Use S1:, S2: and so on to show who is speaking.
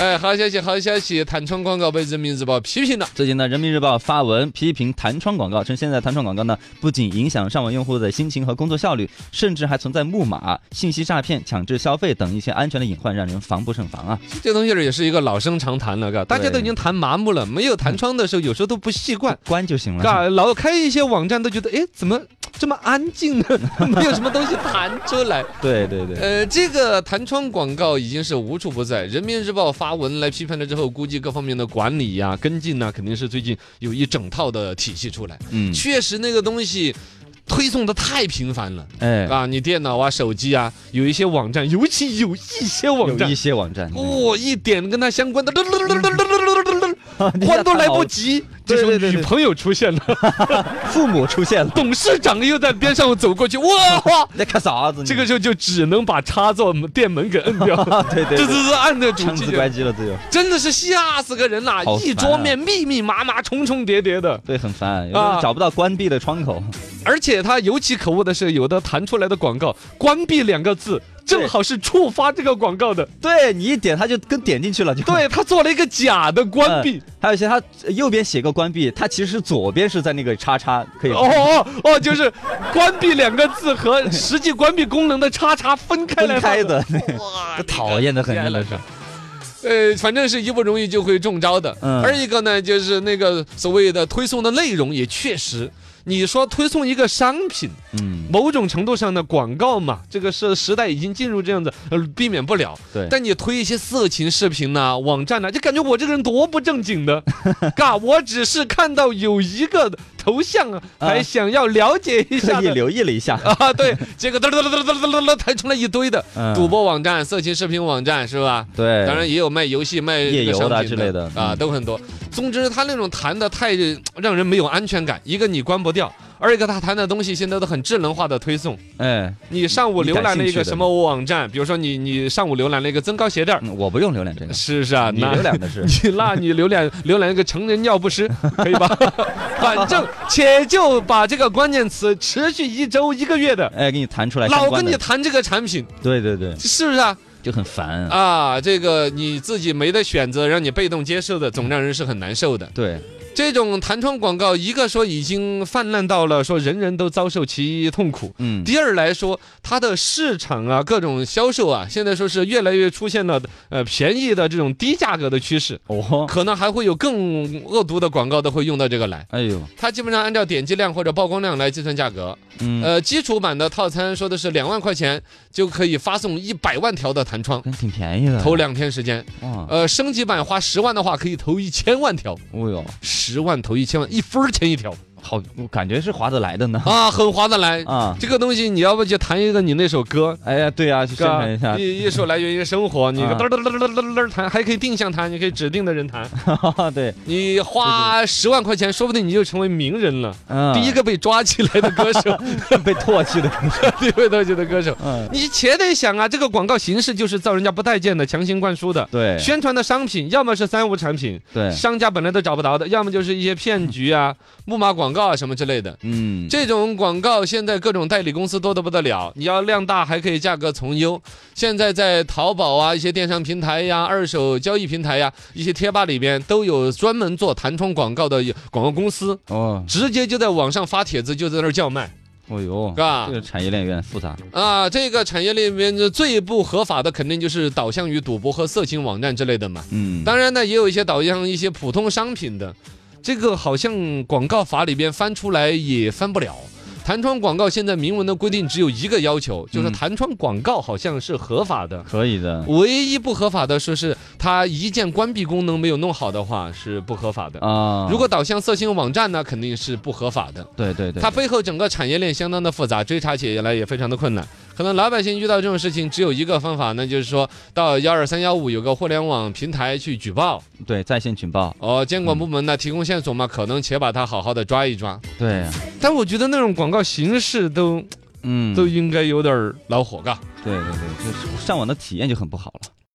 S1: 哎，好消息，好消息！弹窗广告被人民日报批评了。
S2: 最近呢，《人民日报》发文批评弹窗广告，称现在弹窗广告呢，不仅影响上网用户的心情和工作效率，甚至还存在木马、信息诈骗、强制消费等一些安全的隐患，让人防不胜防啊！
S1: 这东西儿也是一个老生常谈了，嘎，大家都
S2: 对
S1: 已经弹麻木了。没有弹窗的时候，有时候都不习惯，
S2: 关就行了。
S1: 嘎，老开一些网站都觉得，哎，怎么这么安静呢？ 没有什么东西弹出来。
S2: 对对对，
S1: 呃，这个弹窗广告已经是无处不在。人民日报发文来批判了之后，估计各方面的管理呀、跟进呐、肯定是最近有一整套的体系出来。
S2: 嗯，
S1: 确实，那个东西推送的太频繁了。
S2: 哎，
S1: 啊，你电脑啊、手机啊，有一些网站，尤其有一些网
S2: 有
S1: 站
S2: 一，些网站，
S1: 哦，一点跟它相关的，
S2: 嗯
S1: 关都来不 及，这时候
S2: 对对对
S1: 女
S2: 对
S1: 朋友出现了，
S2: 父母出现了，
S1: 董事长又在边上走过去，哇，
S2: 你在看啥子你？
S1: 这个时候就只能把插座门店门给摁掉，
S2: 啊， 对对
S1: 这
S2: 对，
S1: 这这按着主
S2: 强
S1: 机
S2: 制
S1: 键，
S2: 关机了，这就
S1: 真的是吓死个人呐！
S2: 好
S1: 一
S2: 烦
S1: 桌
S2: 啊嗯
S1: 面密密麻麻、重重叠叠的，
S2: 对，很烦，有时候
S1: 啊
S2: 找不到关闭的窗口。
S1: 而且它尤其可恶的是，有的弹出来的广告“关闭”两个字，正
S2: 对
S1: 好是触发这个广告的。
S2: 对你一点，它就跟点进去 了，就。
S1: 对他做了一个假的关闭。
S2: 还有一些，它右边写个关闭，它其实左边是在那个叉叉可以。
S1: 哦哦哦，就是“关闭”两个字和实际关闭功能的叉叉分开来
S2: 分开
S1: 放
S2: 的，
S1: 哇，
S2: 讨厌得很
S1: 天
S2: 真
S1: 呐
S2: 的
S1: 是。呃，反正是一不容易就会中招的。
S2: 嗯
S1: 而一个呢，就是那个所谓的推送的内容也确实，你说推送一个商品，
S2: 嗯，
S1: 某种程度上的广告嘛，这个是时代已经进入这样子，呃，避免不了。
S2: 对
S1: 但你推一些色情视频呐、网站呐、就感觉我这个人多不正经的，嘎，我只是看到有一个头像啊，
S2: 啊
S1: 还想要了解一下
S2: 特意
S1: 的。
S2: 留意了一下，
S1: 啊，对，结果噔噔噔噔噔噔噔弹出来一堆的
S2: 嗯
S1: 赌博网站、色情视频网站，是吧？
S2: 对，
S1: 当然也有卖游戏、卖
S2: 页
S1: 这个
S2: 游的
S1: 商品
S2: 之类的
S1: 啊，
S2: 嗯
S1: 都很多。总之，他那种谈的太让人没有安全感，一个你关不掉，二一个他谈的东西现在都很智能化的推送。
S2: 哎，
S1: 你上午
S2: 你
S1: 浏
S2: 感
S1: 览了
S2: 兴
S1: 一
S2: 趣
S1: 个
S2: 的
S1: 什么网站，比如说你你上午浏览了一个增高鞋垫儿，
S2: 嗯我不用浏览这个，
S1: 是不是啊？
S2: 你
S1: 那
S2: 浏览的 是
S1: 你那你浏 览浏览一个成人尿不湿，可以吧？ 反 正且就把这个关键词持续一周一个月的，
S2: 哎，给你弹出来相
S1: 老
S2: 关
S1: 跟你
S2: 的，
S1: 谈这个产品，
S2: 对对对，
S1: 是不是啊？
S2: 就很烦，
S1: 啊，这个你自己没得选择，让你被动接受的，总让人是很难受的。
S2: 对，
S1: 这种弹窗广告，一个说已经泛滥到了说人人都遭受其痛苦，
S2: 嗯，
S1: 第二来说，它的市场啊，各种销售啊，现在说是越来越出现了呃便宜的这种低价格的趋势，
S2: 哦，
S1: 可能还会有更恶毒的广告都会用到这个来。
S2: 哎呦，
S1: 它基本上按照点击量或者曝光量来计算价格。
S2: 嗯，
S1: 呃，基础版的套餐说的是两万块钱就可以发送一百万条的弹窗，
S2: 跟挺便宜的，
S1: 投两天时间。
S2: 哇，
S1: 呃，升级版花十万的话，可以投一千万条，
S2: 哦呦，
S1: 十万投一千万，一分钱一条
S2: 好，我感觉是划得来的呢，
S1: 啊，很划得来。
S2: 啊，
S1: 这个东西你要不就弹一个你那首歌，
S2: 哎呀，对呀，去宣
S1: 哥
S2: 传一下，
S1: 艺艺术来源于生活，你
S2: 啊
S1: 嘚儿嘚儿嘚儿嘚儿嘚儿嘚儿弹，还可以定向弹，你可以指定的人 弹。
S2: 对，
S1: 你花十万块钱，说不定你就成为名人了，
S2: 嗯，
S1: 第一个被抓起来的歌 手，
S2: 个被唾 弃的，
S1: 第一位得奖的歌手。
S2: 嗯，
S1: 你且得想啊，这个广告形式就是造人家不待见的，强行灌输的。
S2: 对
S1: 宣传的商品要么是三无产品，
S2: 对，
S1: 商家本来都找不着的，要么就是一些骗局啊、木马广告啊什么之类的。
S2: 嗯，
S1: 这种广告现在各种代理公司多得不得了，你要量大还可以价格从优。现在在淘宝啊、一些电商平台呀、二手交易平台呀、一些贴吧里边都有专门做弹窗广告的广告公司，
S2: 哦，
S1: 直接就在网上发帖子，就在那儿叫卖，
S2: 哦呦
S1: 是。吧
S2: 这？个产业链有点复杂，
S1: 啊，这个产业里面最不合法的肯定就是导向于赌博和色情网站之类的嘛。
S2: 嗯，
S1: 当然呢，也有一些导向一些普通商品的，这个好像广告法里边翻出来也翻不了。弹窗广告现在明文的规定只有一个要求，就是
S2: 嗯
S1: 弹窗广告好像是合法的，
S2: 可以的，
S1: 唯一不合法的说是它一键关闭功能没有弄好的话是不合法的。
S2: 啊，
S1: 如果导向色情网站呢，肯定是不合法的。
S2: 对对对，
S1: 它背后整个产业链相当的复杂，追查起来也非常的困难。可能老百姓遇到这种事情只有一个方法，那就是说到幺二三幺五有个互联网平台去举报。
S2: 对在线举报，
S1: 哦，监管部门呢提供线索嘛，可能且把他好好的抓一抓。
S2: 对，啊
S1: 但我觉得那种广告形式都
S2: 嗯，
S1: 都应该有点儿恼火，嘎。
S2: 对对对，就是上网的体验就很不好了。